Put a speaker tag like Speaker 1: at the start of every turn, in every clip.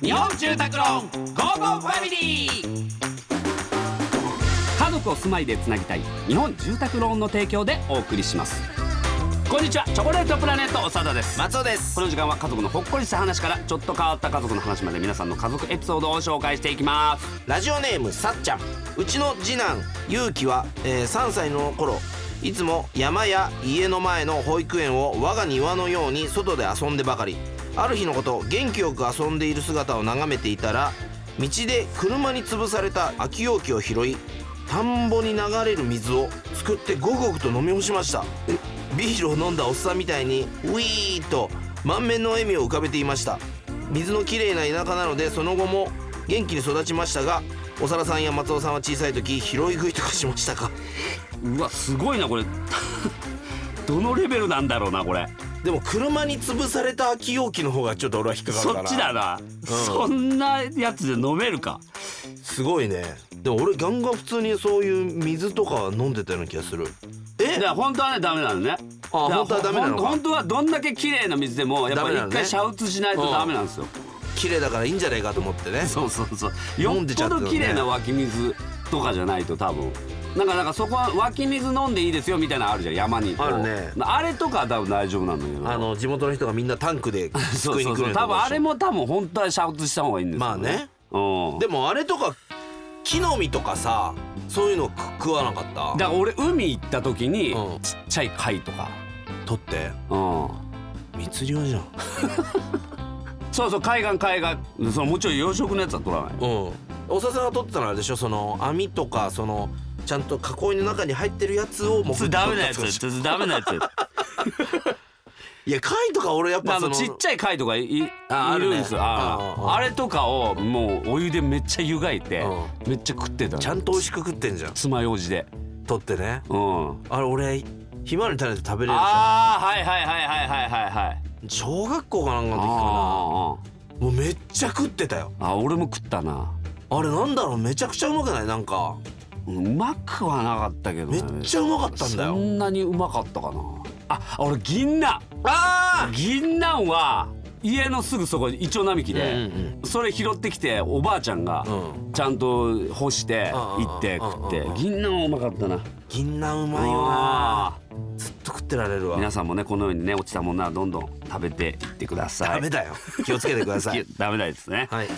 Speaker 1: 日本住宅ローンゴーゴーファミリー家族を住まいでつなぎたい日本住宅ローンの提供でお送りしますこんにちはチョコレートプラネット長田です
Speaker 2: 松尾です
Speaker 1: この時間は家族のほっこりした話からちょっと変わった家族の話まで皆さんの家族エピソードを紹介していきます
Speaker 2: ラジオネームさっちゃんうちの次男ゆうきは、えー3歳の頃いつも山や家の前の保育園を我が庭のように外で遊んでばかりある日のこと元気よく遊んでいる姿を眺めていたら道で車に潰された空き容器を拾い田んぼに流れる水をすくってごくごくと飲み干しましたビールを飲んだおっさんみたいにウィーッと満面の笑みを浮かべていました水のきれいな田舎なのでその後も元気に育ちましたがおさらさんや松尾さんは小さい時拾い食いとかしましたか
Speaker 1: うわすごいなこれ どのレベルなんだろうなこれ
Speaker 2: でも車に潰された空き容器の方がちょっと俺は引っかかる
Speaker 1: そ
Speaker 2: か
Speaker 1: っ
Speaker 2: ら
Speaker 1: ちだな、そんなやつで飲めるか
Speaker 2: すごいねでも俺ガンガン普通にそういう水とか飲んでたような気がする
Speaker 1: だから本当はねダメなのね
Speaker 2: あ
Speaker 1: だから
Speaker 2: 本当はダメなのか
Speaker 1: ほん本当はどんだけ綺麗な水でもやっぱり
Speaker 2: ダメなの
Speaker 1: 一
Speaker 2: ね
Speaker 1: 回煮沸しないとダメなんですよ、
Speaker 2: 綺麗だからいいんじゃないかと思ってね
Speaker 1: そうそうそうよ
Speaker 2: 飲んで
Speaker 1: っ
Speaker 2: ちゃ
Speaker 1: ぽ
Speaker 2: ってる
Speaker 1: ど
Speaker 2: ね
Speaker 1: 綺麗な湧き水とかじゃないと多分なんかなんかそこは湧き水飲んでいいですよみたいなのあるじゃん山にこう
Speaker 2: あるね
Speaker 1: あれとかは多分大丈夫なんだけど
Speaker 2: あの地元の人がみんなタンクで
Speaker 1: そ
Speaker 2: 救
Speaker 1: う
Speaker 2: い
Speaker 1: そ
Speaker 2: に
Speaker 1: う
Speaker 2: 来
Speaker 1: そ
Speaker 2: る
Speaker 1: う多分あれ
Speaker 2: も
Speaker 1: も多分本当は煮沸した方がいいんですよ、
Speaker 2: まあね
Speaker 1: うん
Speaker 2: でもあれとか木の実とかさそういうのく食わなかった
Speaker 1: だから俺海行った時に、
Speaker 2: うん
Speaker 1: ちっちゃい貝とか
Speaker 2: 取って
Speaker 1: うん
Speaker 2: 密漁じゃん
Speaker 1: そうそう海岸海岸そのもちろん養殖のやつは取らない
Speaker 2: うんおささんが取ってたのはあれでしょその網とかそのちゃんと囲いの中に入ってるやつをも
Speaker 1: それダメなやつそれダメな やつ
Speaker 2: いや貝とか俺やっぱ
Speaker 1: あの
Speaker 2: その
Speaker 1: ちっちゃい貝とかいい
Speaker 2: あある
Speaker 1: る
Speaker 2: ね
Speaker 1: んですよ
Speaker 2: あ
Speaker 1: あ
Speaker 2: あ
Speaker 1: あれとかをもうお湯でめっちゃ湯がいて
Speaker 2: う
Speaker 1: めっちゃ食ってたの
Speaker 2: ちゃんと美味しく食ってんじゃん
Speaker 1: 爪楊枝で
Speaker 2: 取ってね
Speaker 1: うん
Speaker 2: あれ俺ひまわり種で食べれるじゃ
Speaker 1: ああはいはいはいはいはいはいはい
Speaker 2: ん小学校かなんかの時か
Speaker 1: あ
Speaker 2: なもうめっちゃ食ってたよ
Speaker 1: ーあー俺も食ったな
Speaker 2: あれなんだろうめちゃくちゃうまくないなんか
Speaker 1: うんうまくはなかったけど
Speaker 2: め
Speaker 1: ね
Speaker 2: っちゃうまかったんだ
Speaker 1: そ
Speaker 2: よ
Speaker 1: んなにうまかったかなあ俺銀杏
Speaker 2: あ
Speaker 1: 銀杏は家のすぐそこイチョウ並木で、
Speaker 2: うんうん
Speaker 1: それ拾ってきておばあちゃんが
Speaker 2: うん
Speaker 1: ちゃんと干して
Speaker 2: うんうん
Speaker 1: 行って食っ
Speaker 2: う
Speaker 1: て
Speaker 2: んうんうん
Speaker 1: 銀杏うまかったな
Speaker 2: 銀杏うまいよな
Speaker 1: あー
Speaker 2: ずっと食ってられるわ
Speaker 1: 皆さんもねこのようにね落ちたものはどんどん食べていってくださ
Speaker 2: ダ
Speaker 1: い
Speaker 2: メだよ気をつけてください
Speaker 1: き ダメだですね
Speaker 2: はい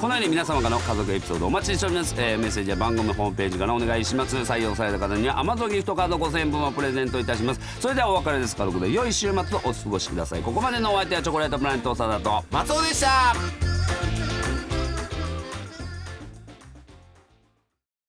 Speaker 1: このように皆様からの家族エピソードお待ちしております、えーメッセージは番組のホームページからお願いします採用された方には Amazon ギフトカード5000円分をプレゼントいたしますそれではお別れです家族で良い週末をお過ごしくださいここまでのお相手はチョコレートプラネット長田と
Speaker 2: 松尾でした